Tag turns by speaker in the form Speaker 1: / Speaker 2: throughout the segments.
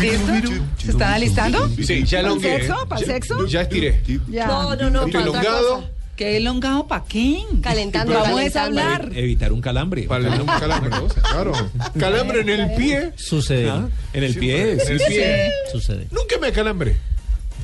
Speaker 1: ¿Listo? ¿Se están alistando?
Speaker 2: Sí,
Speaker 1: ¿Para
Speaker 2: ya
Speaker 1: el
Speaker 2: elongué. ¿eh?
Speaker 1: sexo? ¿Para el
Speaker 2: Ya-
Speaker 1: sexo?
Speaker 2: Ya estiré.
Speaker 1: Ya.
Speaker 3: No, no, no,
Speaker 2: Estoy
Speaker 3: para otra
Speaker 2: elongado
Speaker 3: cosa.
Speaker 1: ¿Qué elongado para qué?
Speaker 3: Calentando,
Speaker 1: Vamos es a
Speaker 3: calentando.
Speaker 1: hablar.
Speaker 4: Evitar un calambre.
Speaker 2: para el calambre. Claro. Calambre en el pie.
Speaker 5: Sucede,
Speaker 4: Ah, En el pie.
Speaker 2: En el
Speaker 4: sí, sí.
Speaker 2: pie.
Speaker 5: sucede.
Speaker 2: Nunca me acalambre.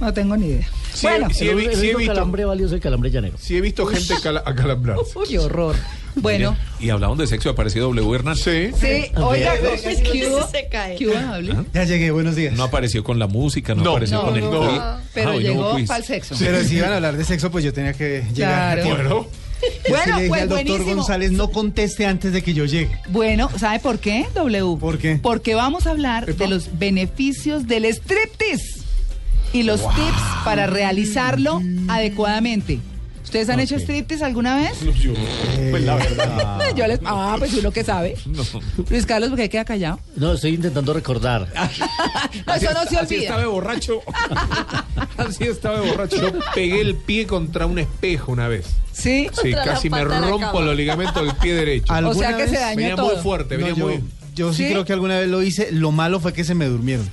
Speaker 1: No tengo ni idea.
Speaker 2: Sí,
Speaker 1: Bueno,
Speaker 2: sí, he
Speaker 5: el
Speaker 2: vi-
Speaker 5: único
Speaker 2: sí he visto,
Speaker 5: calambre valioso es el calambre llanero.
Speaker 2: sí he visto gente cala- acalambrarse.
Speaker 1: qué horror. Bueno,
Speaker 4: Y hablaban de sexo, apareció W Hernández.
Speaker 2: Sí.
Speaker 1: sí, oiga, pues, ¿qué hubo?
Speaker 3: Se cae.
Speaker 1: ¿Qué hubo, hable?
Speaker 4: Ah,
Speaker 6: Ya llegué, buenos días.
Speaker 4: No apareció con la música, no,
Speaker 2: No,
Speaker 4: apareció
Speaker 2: no,
Speaker 4: con el
Speaker 2: no.
Speaker 4: quiz.
Speaker 2: Ah,
Speaker 1: Pero
Speaker 4: Ah, hoy no hubo
Speaker 1: llegó
Speaker 4: quiz.
Speaker 1: para el sexo.
Speaker 6: Pero si iban a hablar de sexo, pues yo tenía que llegar.
Speaker 1: Claro.
Speaker 6: a tiempo.
Speaker 2: Bueno,
Speaker 6: Y así
Speaker 1: Bueno,
Speaker 6: le dije
Speaker 1: pues
Speaker 6: al doctor
Speaker 1: buenísimo.
Speaker 6: González, no conteste antes de que yo llegue.
Speaker 1: Bueno, ¿sabe por qué, W?
Speaker 6: ¿Por qué?
Speaker 1: Porque vamos a hablar
Speaker 2: ¿Epa?
Speaker 1: de los beneficios del striptease y los tips para realizarlo adecuadamente. ¿Ustedes han hecho striptease alguna vez?
Speaker 2: pues la verdad.
Speaker 1: Yo les... Ah, pues uno que sabe. Luis Carlos, ¿por qué queda callado?
Speaker 5: No, estoy intentando recordar.
Speaker 1: No, eso no se
Speaker 4: Así
Speaker 1: olvida.
Speaker 4: estaba de borracho.
Speaker 2: Así estaba de borracho. Yo pegué el pie contra un espejo una vez.
Speaker 1: Sí.
Speaker 2: Sí,
Speaker 3: Contra la
Speaker 2: casi me
Speaker 3: pata de la
Speaker 2: rompo
Speaker 3: cama.
Speaker 2: los ligamentos del pie derecho.
Speaker 1: O sea
Speaker 6: ¿Alguna
Speaker 1: que se
Speaker 6: vez?
Speaker 1: dañó
Speaker 2: Venía
Speaker 1: todo.
Speaker 2: muy fuerte, venía
Speaker 6: No, yo,
Speaker 2: muy.
Speaker 6: yo sí,
Speaker 1: ¿Sí?
Speaker 6: creo que alguna vez lo hice. Lo malo fue que se me durmieron.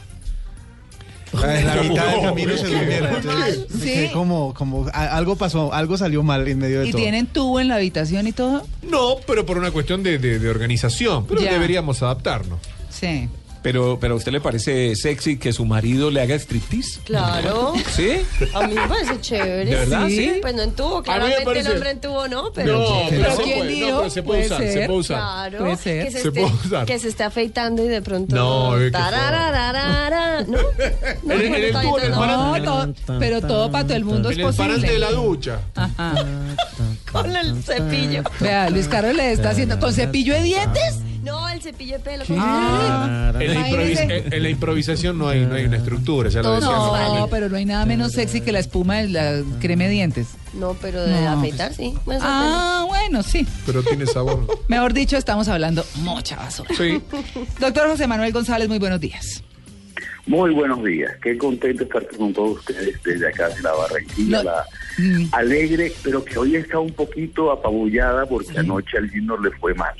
Speaker 6: En la mitad del camino se durmieron. Entonces, me
Speaker 1: Sí.
Speaker 6: quedé como, como a- algo pasó, algo salió mal en medio de
Speaker 1: ¿Y
Speaker 6: todo.
Speaker 1: tienen tubo en la habitación y todo?
Speaker 2: No, pero por una cuestión de, de- de organización. Pero
Speaker 1: Ya.
Speaker 2: deberíamos adaptarnos.
Speaker 1: Sí.
Speaker 4: Pero, pero ¿a usted le parece sexy que su marido le haga striptease?
Speaker 3: Claro.
Speaker 4: ¿Sí?
Speaker 3: A mí me parece chévere.
Speaker 4: ¿De verdad? Sí.
Speaker 3: Pues no en tubo,
Speaker 2: A mí me
Speaker 3: claramente
Speaker 2: parece-
Speaker 3: el hombre en tubo no, pero.
Speaker 1: pero se ¿quién puede, no, dijo? pero
Speaker 2: se
Speaker 1: se
Speaker 2: puede
Speaker 1: puede Puede usar, se
Speaker 2: usar, se
Speaker 1: ser.
Speaker 2: puede
Speaker 1: puede
Speaker 2: usar.
Speaker 3: Claro,
Speaker 1: Puede ser.
Speaker 3: Que, se
Speaker 2: Se
Speaker 3: esté,
Speaker 2: puede usar.
Speaker 3: que se esté afeitando y de pronto.
Speaker 2: No, es que
Speaker 3: Tararararara. No, no,
Speaker 2: En el- en el
Speaker 3: está
Speaker 2: tubo, en el
Speaker 3: no.
Speaker 2: parante.
Speaker 1: No, todo- pero todo para todo el mundo es
Speaker 2: En el parante de la
Speaker 1: posible.
Speaker 2: ducha.
Speaker 1: Ajá.
Speaker 3: Con el cepillo.
Speaker 1: Vea, Luis Carlos le está haciendo con cepillo de dientes.
Speaker 3: No, el cepillo de pelo.
Speaker 1: Ah.
Speaker 2: En la, improvis-
Speaker 1: Imagínese.
Speaker 2: en- en la improvisación no hay, no hay una estructura, ya lo
Speaker 3: No,
Speaker 2: decía.
Speaker 3: no,
Speaker 1: No,
Speaker 2: Rafael.
Speaker 1: pero no hay nada menos sexy que la espuma de la crema de dientes.
Speaker 3: No, pero de
Speaker 1: No, pues
Speaker 3: afeitar sí. Me sorprende.
Speaker 1: Ah, bueno, sí.
Speaker 2: Pero tiene sabor.
Speaker 1: Mejor dicho, estamos hablando mucha basura.
Speaker 2: Sí.
Speaker 1: Doctor José Manuel González, muy buenos días.
Speaker 7: Muy buenos días, qué contento estar con todos ustedes desde acá de la Barranquilla,
Speaker 1: Lo-
Speaker 7: la
Speaker 1: Mm.
Speaker 7: alegre, pero que hoy está un poquito apabullada porque anoche al Junior le fue mal.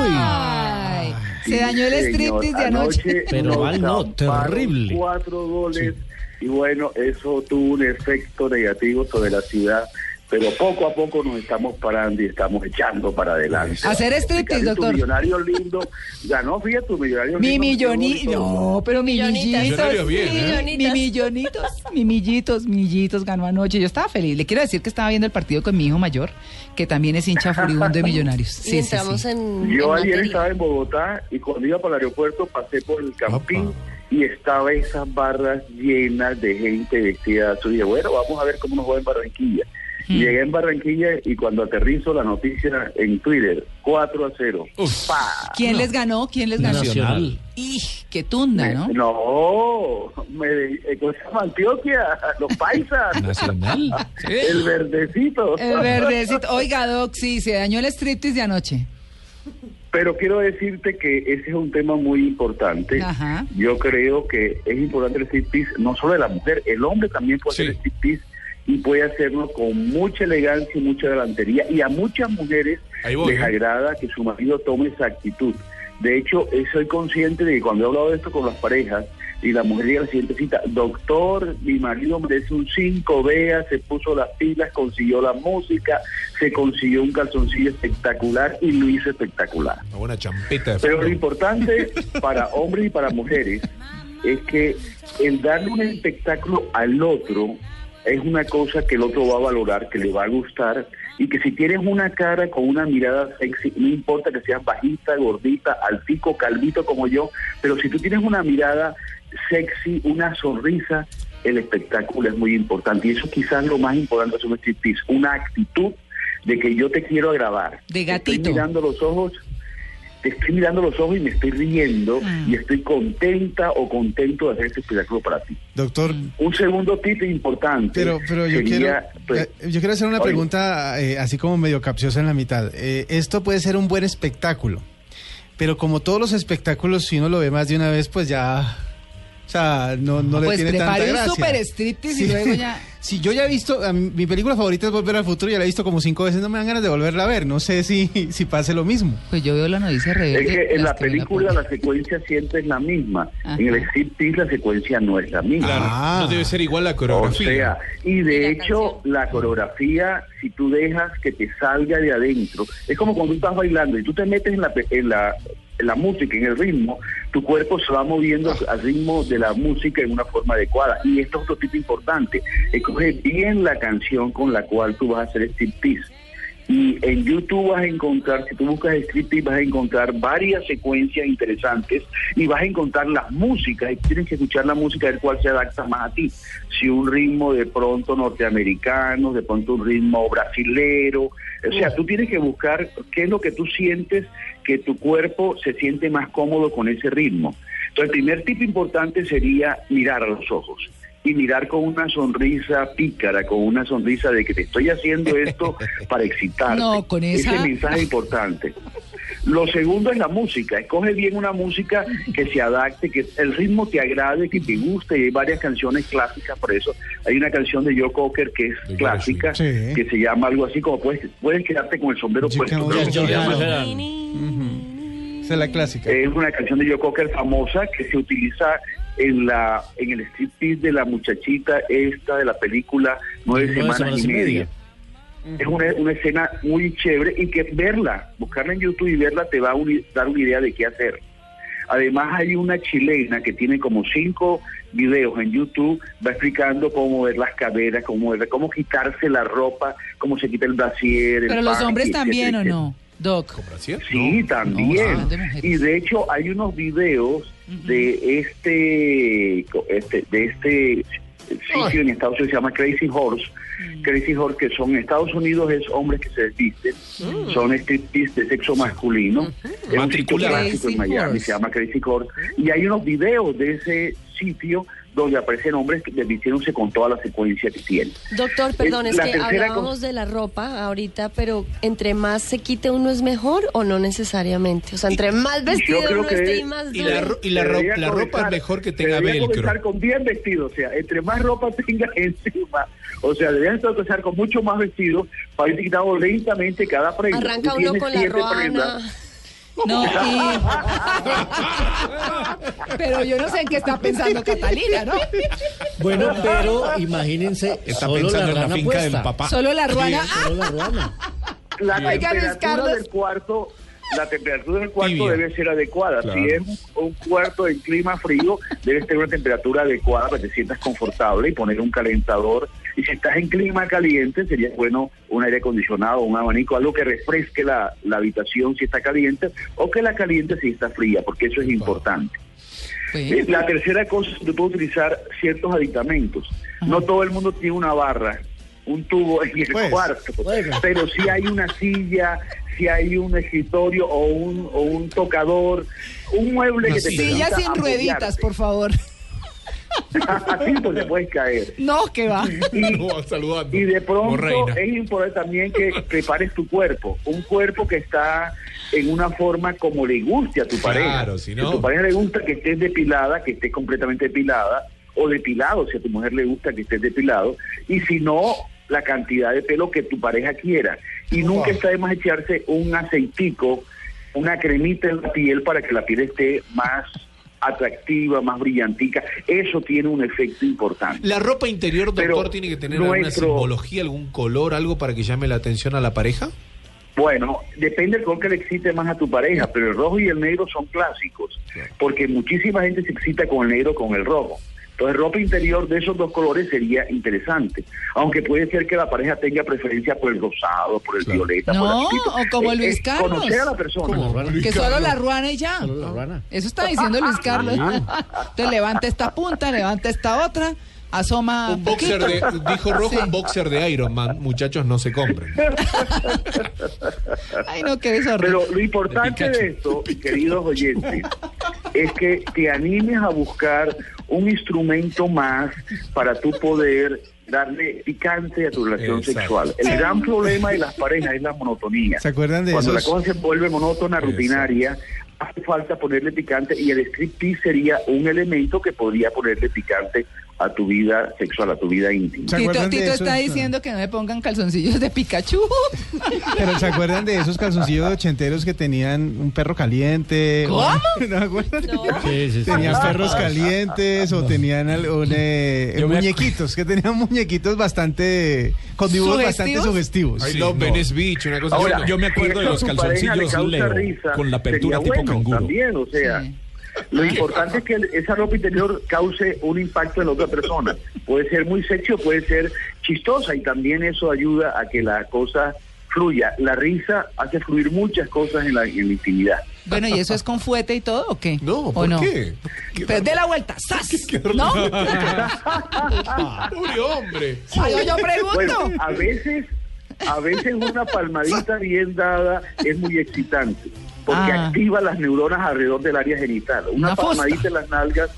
Speaker 1: ¡Ay!
Speaker 7: Sí,
Speaker 1: Se dañó el
Speaker 7: señor,
Speaker 1: striptease de anoche.
Speaker 5: Pero
Speaker 7: nos
Speaker 5: mal no,
Speaker 7: zamparon
Speaker 5: terrible.
Speaker 7: Cuatro goles y bueno, eso tuvo un efecto negativo sobre la ciudad, pero poco a poco nos estamos parando y estamos echando para adelante.
Speaker 1: Hacer striptease,
Speaker 7: Fíjate,
Speaker 1: doctor.
Speaker 7: Tu millonario lindo ganó, fíjate, tu millonario
Speaker 1: Mi
Speaker 7: lindo.
Speaker 1: millonito. No, pero mi
Speaker 3: Millonitas.
Speaker 1: millitos.
Speaker 2: Millonario bien,
Speaker 1: sí,
Speaker 2: ¿eh?
Speaker 1: Mi millonitos. Mi millitos, mi millitos ganó anoche. Yo estaba feliz. Le quiero decir que estaba viendo el partido con mi hijo mayor, que también es hincha furibundo de Millonarios.
Speaker 3: Y
Speaker 1: Sí, sí,
Speaker 3: entramos
Speaker 1: sí.
Speaker 3: en.
Speaker 7: Yo
Speaker 3: en
Speaker 7: ayer
Speaker 3: materia.
Speaker 7: estaba en Bogotá y cuando iba para el aeropuerto pasé por el Campín y estaba esas barras llenas de gente vestida azul. Y dije, bueno, vamos a ver cómo nos va en Barranquilla.
Speaker 1: Mm.
Speaker 7: Llegué en Barranquilla y cuando aterrizo la noticia en Twitter, 4 a 0.
Speaker 4: Uf.
Speaker 7: ¡Pa!
Speaker 1: ¿Quién les ganó? ¿Quién les ganó?
Speaker 5: Nacional.
Speaker 1: ¡Ij! ¡Qué tunda, ¿no?
Speaker 7: No, me, eh, ¿cómo se llama? Antioquia, los paisas,
Speaker 4: Nacional.
Speaker 7: el verdecito.
Speaker 1: El verdecito. Oiga, Doc, sí, se dañó el striptease de anoche.
Speaker 7: Pero quiero decirte que ese es un tema muy importante.
Speaker 1: Ajá.
Speaker 7: Yo creo que es importante el striptease, no solo de la mujer, el hombre también puede
Speaker 2: Sí.
Speaker 7: hacer striptease y puede hacerlo con mucha elegancia y mucha galantería. Y a muchas mujeres
Speaker 2: Ahí voy,
Speaker 7: les
Speaker 2: ¿eh?
Speaker 7: agrada que su marido tome esa actitud. De hecho, eh, soy consciente de que cuando he hablado de esto con las parejas y la mujer llega a la siguiente cita, doctor, mi marido merece un 5 vea, se puso las pilas, consiguió la música, se consiguió un calzoncillo espectacular y lo hizo espectacular.
Speaker 2: Una buena champeta de
Speaker 7: Pero lo
Speaker 2: fondo.
Speaker 7: importante para hombres y para mujeres es que el darle un espectáculo al otro es una cosa que el otro va a valorar, que le va a gustar y que si tienes una cara con una mirada sexy, no importa que seas bajita, gordita, altico, calvito como yo, pero si tú tienes una mirada sexy, una sonrisa, el espectáculo es muy importante y eso quizás lo más importante es un striptease, una actitud de que yo te quiero grabar.
Speaker 1: De
Speaker 7: Te estoy
Speaker 1: gatito.
Speaker 7: mirando los ojos te estoy mirando los ojos y me estoy riendo
Speaker 1: Ah.
Speaker 7: y estoy contenta o contento de hacer este espectáculo para ti.
Speaker 6: Doctor,
Speaker 7: Un segundo tip importante.
Speaker 6: pero, pero yo, quiero,
Speaker 7: sería, pues,
Speaker 6: eh, yo quiero hacer una
Speaker 7: oye.
Speaker 6: pregunta eh, así como medio capciosa en la mitad. Eh, esto puede ser un buen espectáculo, pero como todos los espectáculos, si uno lo ve más de una vez, pues ya O sea, no, no le
Speaker 1: Pues
Speaker 6: tiene tanta
Speaker 1: prepare un
Speaker 6: gracia.
Speaker 1: super striptease y luego ya-
Speaker 6: Sí, yo ya he visto, a mí- mi película favorita es Volver al Futuro, ya la he visto como cinco veces, no me dan ganas de volverla a ver, no sé si, si pase lo mismo.
Speaker 1: Pues yo veo la noticia
Speaker 6: eh,
Speaker 1: rebelde.
Speaker 7: Es que en
Speaker 1: las
Speaker 7: la
Speaker 1: que ven
Speaker 7: película
Speaker 1: porno.
Speaker 7: la secuencia siempre es la misma.
Speaker 1: Ajá.
Speaker 7: En el striptease la secuencia no es la misma.
Speaker 2: Claro,
Speaker 6: Ah.
Speaker 2: no debe ser igual la
Speaker 7: O
Speaker 2: coreografía.
Speaker 7: sea, y
Speaker 3: Y la
Speaker 7: de hecho la coreografía, si tú dejas que te salga de adentro, es como cuando tú estás bailando y tú te metes en la, pe- en la, en la música, en el ritmo, tu cuerpo se va moviendo al ritmo de la música en una forma adecuada. Y esto es otro tipo importante, escoge bien la canción con la cual tú vas a hacer striptease. Y en YouTube vas a encontrar, si tú buscas striptease, vas a encontrar varias secuencias interesantes y vas a encontrar las músicas y tienes que escuchar la música del cual se adapta más a ti. Si un ritmo de pronto norteamericano, de pronto un ritmo brasilero. O sea, tú tienes que buscar qué es lo que tú sientes que tu cuerpo se siente más cómodo con ese ritmo. Entonces, el primer tip importante sería mirar a los ojos y mirar con una sonrisa pícara, con una sonrisa de que te estoy haciendo esto para excitarte.
Speaker 1: No, con esa-
Speaker 7: Ese mensaje es importante. Lo segundo es la música. Escoge bien una música que se adapte, que el ritmo te agrade, que te guste. Y hay varias canciones clásicas por eso. Hay una canción de Joe Cocker que es
Speaker 4: De Gershwin.
Speaker 7: clásica,
Speaker 6: Sí.
Speaker 7: que se llama algo así como puedes, puedes quedarte con el sombrero
Speaker 6: You
Speaker 7: puesto.
Speaker 6: can
Speaker 7: creo
Speaker 6: always
Speaker 7: que se
Speaker 5: do
Speaker 7: llama.
Speaker 5: that.
Speaker 6: Esa es la clásica.
Speaker 7: Es una canción de Joe Cocker famosa que se utiliza en la en el striptease de la muchachita esta de la película Nueve, semanas, y media. Es una, una escena muy chévere y que verla, buscarla en YouTube y verla te va a uni- dar una idea de qué hacer. Además hay una chilena que tiene como cinco videos en YouTube, va explicando cómo ver las caderas, cómo, ver- cómo quitarse la ropa, cómo se quita el brasier. el
Speaker 1: Pero los
Speaker 7: panty,
Speaker 1: hombres
Speaker 7: etcétera,
Speaker 1: también, ¿o
Speaker 7: etcétera.
Speaker 1: no? Doc.
Speaker 2: ¿Brasil?
Speaker 7: Sí,
Speaker 1: no,
Speaker 7: también.
Speaker 1: no, de mujeres.
Speaker 7: y de hecho hay unos videos de este, co- este- de este sitio en Estados Unidos se llama Crazy Horse.
Speaker 1: Mm.
Speaker 7: Crazy Horse que son en Estados Unidos es hombres que se desvisten,
Speaker 1: Mm.
Speaker 7: son striptease de sexo masculino. Es un sitio
Speaker 2: Matriculado.
Speaker 7: clásico en
Speaker 1: Crazy
Speaker 7: Miami,
Speaker 1: Horse.
Speaker 7: se llama Crazy Horse. Y hay unos videos de ese sitio donde aparecen hombres que desvistiéndose con toda la secuencia que tienen.
Speaker 3: Doctor, perdón,
Speaker 7: Es
Speaker 3: es
Speaker 7: la
Speaker 3: que
Speaker 7: tercera
Speaker 3: hablábamos
Speaker 7: cosa.
Speaker 3: de la ropa ahorita, pero entre más se quite uno es mejor o no necesariamente. O sea, entre más vestido
Speaker 7: creo
Speaker 3: uno
Speaker 7: que-
Speaker 3: esté y más
Speaker 2: Y la,
Speaker 3: duro.
Speaker 2: ro- y la, ro-
Speaker 7: Debería
Speaker 2: la ropa es
Speaker 7: comenzar-
Speaker 2: mejor que tenga
Speaker 7: debería
Speaker 2: velcro.
Speaker 7: comenzar con bien vestido, o sea, entre más ropa tengas encima, o sea, deberías empezar con mucho más vestido para ir quitando lentamente cada prenda.
Speaker 3: Arranca
Speaker 7: Tú
Speaker 3: uno
Speaker 7: tienes
Speaker 3: con la
Speaker 7: siete prendas.
Speaker 3: roana.
Speaker 1: No, y... Pero yo no sé en qué está pensando Catalina, ¿no?
Speaker 5: Bueno, pero imagínense
Speaker 4: Está
Speaker 5: solo la
Speaker 4: pensando en la
Speaker 5: rana
Speaker 4: finca del
Speaker 5: puesta.
Speaker 4: papá.
Speaker 1: Solo la ruana. Ah,
Speaker 5: Solo la ruana.
Speaker 7: La
Speaker 1: Bien. Oiga, Luis
Speaker 7: temperatura
Speaker 1: Carlos.
Speaker 7: del cuarto, la temperatura del cuarto
Speaker 2: Tibia.
Speaker 7: debe ser adecuada.
Speaker 4: Claro.
Speaker 7: Si es un, un cuarto en clima frío, debes tener una temperatura adecuada para que te sientas confortable y poner un calentador. Y si estás en clima caliente, sería bueno un aire acondicionado, un abanico, algo que refresque la, la habitación si está caliente o que la caliente si está fría, porque eso es importante. Eh,
Speaker 1: Pues,
Speaker 7: La tercera cosa es que tú puedes utilizar ciertos aditamentos. No todo el mundo tiene una barra, un tubo en el
Speaker 6: Pues,
Speaker 7: cuarto,
Speaker 5: bueno.
Speaker 7: pero si hay una silla, si hay un escritorio o un, o un tocador, un mueble
Speaker 2: Una
Speaker 7: que te
Speaker 2: silla.
Speaker 7: permita
Speaker 1: sillas sin
Speaker 7: apoyarte.
Speaker 1: rueditas, por favor.
Speaker 7: A ti pues, te puedes caer.
Speaker 1: No, que va.
Speaker 7: Y,
Speaker 2: No, saludando.
Speaker 7: y de
Speaker 2: Como
Speaker 7: pronto
Speaker 2: reina.
Speaker 7: es importante también que prepares tu cuerpo, un cuerpo que está en una forma como le guste a tu
Speaker 2: Claro,
Speaker 7: pareja.
Speaker 2: si no-
Speaker 7: a tu pareja le gusta que estés depilada, que estés completamente depilada, o depilado, si a tu mujer le gusta que estés depilado, y si no, la cantidad de pelo que tu pareja quiera. Y nunca está de más echarse un aceitico, una cremita en la piel para que la piel esté más atractiva, más brillantica. Eso tiene un efecto importante.
Speaker 2: La ropa interior, doctor,
Speaker 7: Pero
Speaker 2: tiene que tener alguna
Speaker 7: nuestro-
Speaker 2: simbología, algún color, algo para que llame la atención a la pareja.
Speaker 7: Bueno, depende del color que le excite más a tu pareja, pero el rojo y el negro son clásicos, porque muchísima gente se excita con el negro con el rojo. Entonces, ropa interior de esos dos colores sería interesante, aunque puede ser que la pareja tenga preferencia por el rosado, por el violeta, por el
Speaker 1: No,
Speaker 7: azulito.
Speaker 1: o como
Speaker 7: Es-
Speaker 1: Luis
Speaker 7: es
Speaker 1: Carlos.
Speaker 7: Conocer a la persona.
Speaker 5: Como la ruana.
Speaker 1: Que solo la ruana y ya.
Speaker 5: Solo la ruana.
Speaker 1: Eso está diciendo Luis Carlos. Entonces levanta esta punta, levanta esta otra, asoma
Speaker 2: Un boxer
Speaker 1: Ah, poquito.
Speaker 2: de, dijo Rojo,
Speaker 1: Sí.
Speaker 2: un boxer de Iron Man. Muchachos, no se compren.
Speaker 1: Ay, no, qué desorden.
Speaker 7: Pero lo importante de esto, queridos oyentes, es que te animes a buscar un instrumento más para tú poder darle picante a tu relación
Speaker 2: Exacto.
Speaker 7: sexual. El gran problema de las parejas es la monotonía.
Speaker 6: ¿Se acuerdan de
Speaker 7: Cuando
Speaker 6: esos?
Speaker 7: la cosa se vuelve monótona, rutinaria, hace falta ponerle picante y el striptease sería un elemento que podría ponerle picante a tu vida sexual, a tu vida íntima.
Speaker 6: ¿Se
Speaker 1: Tito,
Speaker 6: acuerdan de
Speaker 1: Tito
Speaker 6: eso?
Speaker 1: está diciendo que no me pongan calzoncillos de Pikachu.
Speaker 6: Pero ¿se acuerdan de esos calzoncillos de ochenteros que tenían un perro caliente?
Speaker 1: ¿Cómo?
Speaker 6: ¿No acuerdan?
Speaker 5: Sí, sí, Ah, sí.
Speaker 6: Tenían perros calientes
Speaker 5: ah,
Speaker 6: o tenían al- un, eh,
Speaker 4: Yo me acu-
Speaker 6: muñequitos, que tenían muñequitos bastante, con dibujos
Speaker 1: ¿Sugestivos?
Speaker 6: bastante sugestivos.
Speaker 2: I
Speaker 4: Sí,
Speaker 2: love
Speaker 4: no.
Speaker 2: Venice Beach, una cosa
Speaker 7: Ahora,
Speaker 2: así.
Speaker 4: yo me acuerdo
Speaker 7: si
Speaker 4: de los
Speaker 7: esto a tu pareja le
Speaker 4: calzoncillos
Speaker 7: causa
Speaker 4: Leo,
Speaker 7: risa,
Speaker 4: con la apertura
Speaker 7: sería
Speaker 4: tipo
Speaker 7: bueno
Speaker 4: canguro.
Speaker 7: También, o sea,
Speaker 1: Sí.
Speaker 7: lo importante es que el- esa ropa interior cause un impacto en la otra persona. Puede ser muy sexy o puede ser chistosa y también eso ayuda a que la cosa fluya. La risa hace fluir muchas cosas en la, en la intimidad.
Speaker 1: Bueno, ¿y eso es con fuete y todo o qué?
Speaker 2: No,
Speaker 1: ¿O
Speaker 2: ¿por
Speaker 1: no?
Speaker 2: qué?
Speaker 1: Pero dé la vuelta, ¡zas! ¿No?
Speaker 2: Pobre hombre.
Speaker 1: Ay, yo- yo pregunto.
Speaker 7: Bueno, a veces, a veces una palmadita bien dada es muy excitante, porque
Speaker 1: Ah.
Speaker 7: activa las neuronas alrededor del área genital. Una,
Speaker 1: Una fosta.
Speaker 7: palmadita en las nalgas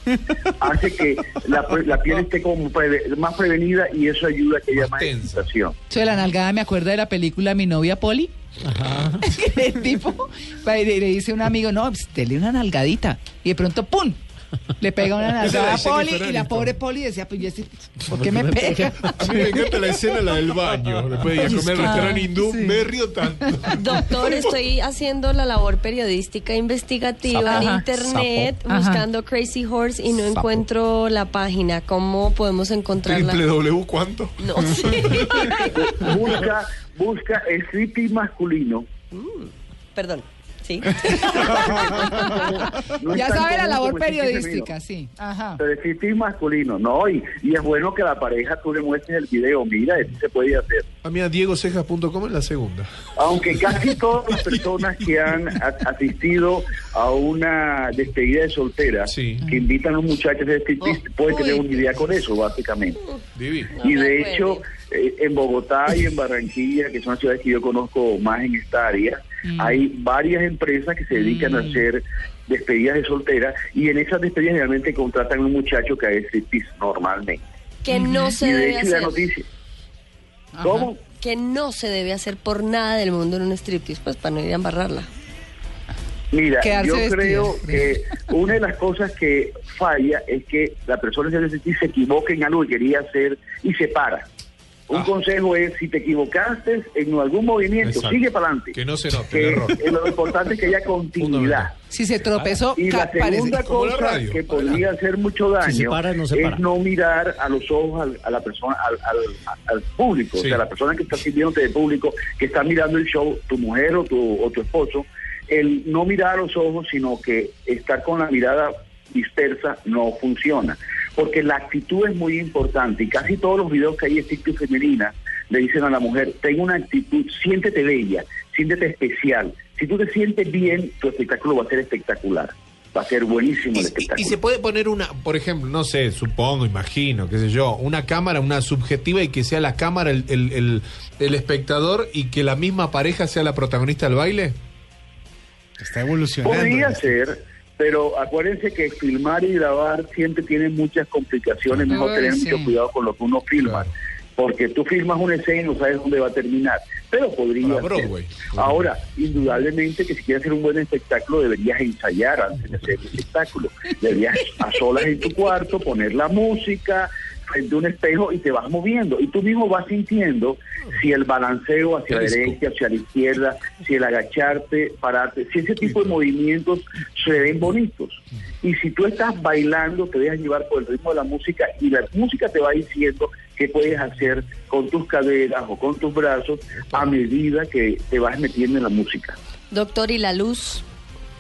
Speaker 7: hace que la, pre- la piel esté como preve- más prevenida y eso ayuda a que haya
Speaker 2: Más
Speaker 7: más
Speaker 2: tensa.
Speaker 7: excitación.
Speaker 1: Yo de la nalgada me acuerdo de la película Mi novia Poli. Que el tipo va y le le dice a un amigo, no, pues, dele una nalgadita. Y de pronto, ¡pum! Le pega una
Speaker 2: Esa la
Speaker 1: nalgada a
Speaker 2: de Jennifer
Speaker 1: Poli y la
Speaker 2: Aniston.
Speaker 1: pobre Poli decía, pues yo este- ¿por qué me pega?
Speaker 2: A mí me encanta la escena, la del baño. Después de ir a comer al restaurante hindú, me río tanto.
Speaker 3: Doctor, estoy haciendo la labor periodística investigativa en
Speaker 1: Ajá.
Speaker 3: internet
Speaker 1: Sapo.
Speaker 3: buscando Crazy Horse y no
Speaker 4: Sapo.
Speaker 3: encuentro la página. ¿Cómo podemos encontrarla?
Speaker 2: Triple W, ¿cuánto?
Speaker 3: No sé.
Speaker 7: Busca, busca el striptease masculino.
Speaker 3: Perdón. Sí.
Speaker 7: No es
Speaker 1: Ya
Speaker 7: tan
Speaker 1: sabe la labor
Speaker 7: común como el striptease femenino.
Speaker 1: periodística, sí. Ajá.
Speaker 7: Pero el striptease masculino, no, y, y es bueno que la pareja tú le muestres el video, mira, esto se puede hacer.
Speaker 2: A mí a diegocejas.com es la segunda.
Speaker 7: Aunque casi todas las personas que han a- asistido a una despedida de soltera,
Speaker 2: Sí.
Speaker 7: que invitan a un muchacho de striptease, puede tener una idea con eso, básicamente.
Speaker 2: Divino.
Speaker 7: Y
Speaker 3: Oh, No me
Speaker 7: de
Speaker 3: acuerdo.
Speaker 7: hecho, eh, en Bogotá y en Barranquilla, que son las ciudades que yo conozco más en esta área, hay varias empresas que se dedican a hacer despedidas de soltera y en esas despedidas realmente contratan a un muchacho que hace striptease normalmente.
Speaker 3: Que no se
Speaker 7: y de
Speaker 3: debe
Speaker 7: hecho la
Speaker 3: hacer.
Speaker 7: noticia. ¿Cómo?
Speaker 3: Que no se debe hacer por nada del mundo en un striptease, pues para no ir a embarrarla.
Speaker 7: Mira,
Speaker 1: Quedarse
Speaker 7: yo
Speaker 1: vestido.
Speaker 7: creo que una de las cosas que falla es que la persona que hace striptease se equivoca en algo que quería hacer y se para. Un
Speaker 2: Ah.
Speaker 7: consejo es, si te equivocaste en algún movimiento,
Speaker 2: Exacto.
Speaker 7: sigue para adelante.
Speaker 2: Que no se note el
Speaker 7: que
Speaker 2: error.
Speaker 7: eh, lo importante es que haya continuidad.
Speaker 2: Fundamental.
Speaker 1: Si se tropezó,
Speaker 7: Y la
Speaker 1: ca- parece.
Speaker 7: segunda
Speaker 2: Como la
Speaker 7: cosa
Speaker 2: radio.
Speaker 7: que podría hacer mucho daño
Speaker 5: Si se para, no se para.
Speaker 7: es no mirar a los ojos al- a la persona, al, al- al público,
Speaker 2: Sí.
Speaker 7: o sea, la persona que está sirviéndote de público, que está mirando el show, tu mujer o tu, o tu esposo, el no mirar a los ojos, sino que estar con la mirada dispersa no funciona. Porque la actitud es muy importante y casi todos los videos que hay de actitud femenina le dicen a la mujer, ten una actitud, siéntete bella, siéntete especial. Si tú te sientes bien, tu espectáculo va a ser espectacular. Va a ser buenísimo
Speaker 2: Y,
Speaker 7: el
Speaker 2: y-
Speaker 7: espectáculo.
Speaker 2: y se puede poner una, por ejemplo, no sé, supongo, imagino, qué sé yo, una cámara, una subjetiva y que sea la cámara el, el- el- el espectador y que la misma pareja sea la protagonista del baile.
Speaker 6: Está evolucionando.
Speaker 7: Podría ser, pero acuérdense que filmar y grabar siempre tiene muchas complicaciones, mejor
Speaker 1: Ay,
Speaker 7: tener
Speaker 1: sí.
Speaker 7: mucho cuidado con lo que uno filma. Porque tú filmas una escena y no sabes dónde va a terminar, pero podría
Speaker 2: Para Broadway.
Speaker 7: ser. Ahora, indudablemente que si quieres hacer un buen espectáculo deberías ensayar antes de hacer el espectáculo. Deberías a solas en tu cuarto poner la música frente a un espejo y te vas moviendo y tú mismo vas sintiendo si el balanceo hacia la
Speaker 2: Disco.
Speaker 7: derecha hacia la izquierda, si el agacharte, pararte, si ese tipo de movimientos se ven bonitos. Y si tú estás bailando, te dejas llevar por el ritmo de la música y la música te va diciendo qué puedes hacer con tus caderas o con tus brazos a medida que te vas metiendo en la música.
Speaker 3: Doctor, ¿y la luz?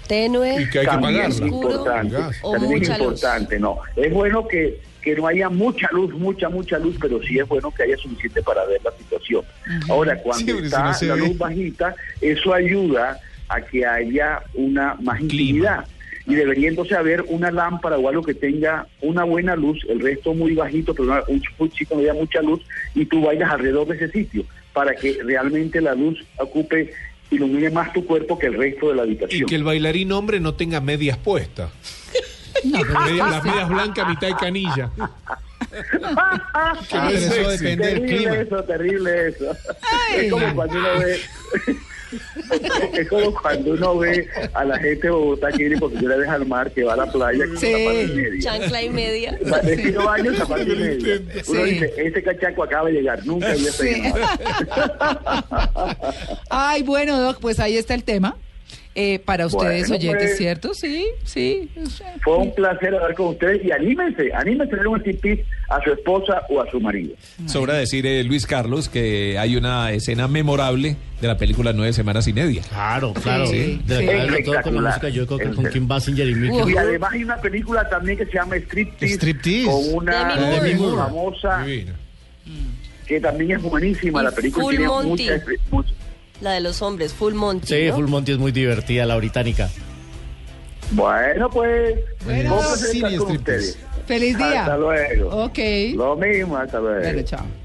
Speaker 3: ¿Tenue?
Speaker 2: Y que hay que
Speaker 7: También es
Speaker 2: pagarla.
Speaker 7: importante,
Speaker 2: Gas.
Speaker 3: O
Speaker 7: también es
Speaker 3: mucha luz.
Speaker 7: importante, no. Es bueno que, que no haya mucha luz, mucha, mucha luz, pero sí es bueno que haya suficiente para ver la situación. Ahora,
Speaker 6: Sí,
Speaker 7: cuando
Speaker 6: porque si
Speaker 7: está
Speaker 6: no se
Speaker 7: la
Speaker 6: ve.
Speaker 7: luz bajita, eso ayuda a que haya una más intimidad. Y debería entonces haber una lámpara o algo que tenga una buena luz, el resto muy bajito, pero una- un, un chico no haya mucha luz, y tú bailas alrededor de ese sitio, para que realmente la luz ocupe, ilumine más tu cuerpo que el resto de la habitación.
Speaker 2: Y que el bailarín hombre no tenga medias puestas. Medias- las medias blancas, mitad y canilla.
Speaker 6: Ah, pero eso depende del
Speaker 7: terrible
Speaker 6: clima.
Speaker 7: eso, terrible eso. Es como cuando uno ve Es como cuando uno ve a la gente de Bogotá que viene porque quiere dejar al mar, que va a la playa con
Speaker 1: Sí.
Speaker 7: zapato y media.
Speaker 3: Chancla y media.
Speaker 7: De cinco años, zapato y media. Uno
Speaker 1: Sí.
Speaker 7: dice, este cachaco acaba de llegar, nunca había
Speaker 1: Sí.
Speaker 7: pedido más.
Speaker 1: Ay, bueno, Doc, pues ahí está el tema. Eh, para ustedes
Speaker 7: Bueno,
Speaker 1: oyentes,
Speaker 7: pues.
Speaker 1: ¿cierto? Sí, sí.
Speaker 7: Fue un placer hablar con ustedes y anímense, anímense a hacer un tip a su esposa o a su marido.
Speaker 4: Sobra decir, eh, Luis Carlos, que hay una escena memorable de la película Nueve Semanas y Media.
Speaker 5: Claro, claro.
Speaker 1: Sí,
Speaker 5: de
Speaker 1: sí.
Speaker 5: la que hablo todo con la
Speaker 7: Espectacular.
Speaker 5: música, yo creo que con Kim Basinger y Mickey.
Speaker 1: Ujú.
Speaker 7: Y además hay una película también que se llama Striptease.
Speaker 6: Striptease.
Speaker 7: Con una
Speaker 3: Demi Moore.
Speaker 7: Demi Moore famosa
Speaker 2: Divina.
Speaker 7: que también es buenísima.
Speaker 3: Y
Speaker 7: La película
Speaker 3: Full
Speaker 7: tiene
Speaker 3: Monty.
Speaker 7: mucha... mucha-
Speaker 3: La de los hombres, Full Monty.
Speaker 5: Sí,
Speaker 3: ¿no?
Speaker 5: Full Monty es muy divertida, la británica.
Speaker 7: Bueno, pues...
Speaker 1: Bueno,
Speaker 7: vamos a
Speaker 6: cine
Speaker 7: estar con
Speaker 6: Striptease.
Speaker 7: ustedes.
Speaker 1: Feliz día.
Speaker 7: Hasta luego.
Speaker 1: Ok.
Speaker 7: Lo mismo, hasta luego.
Speaker 1: Bueno, chao.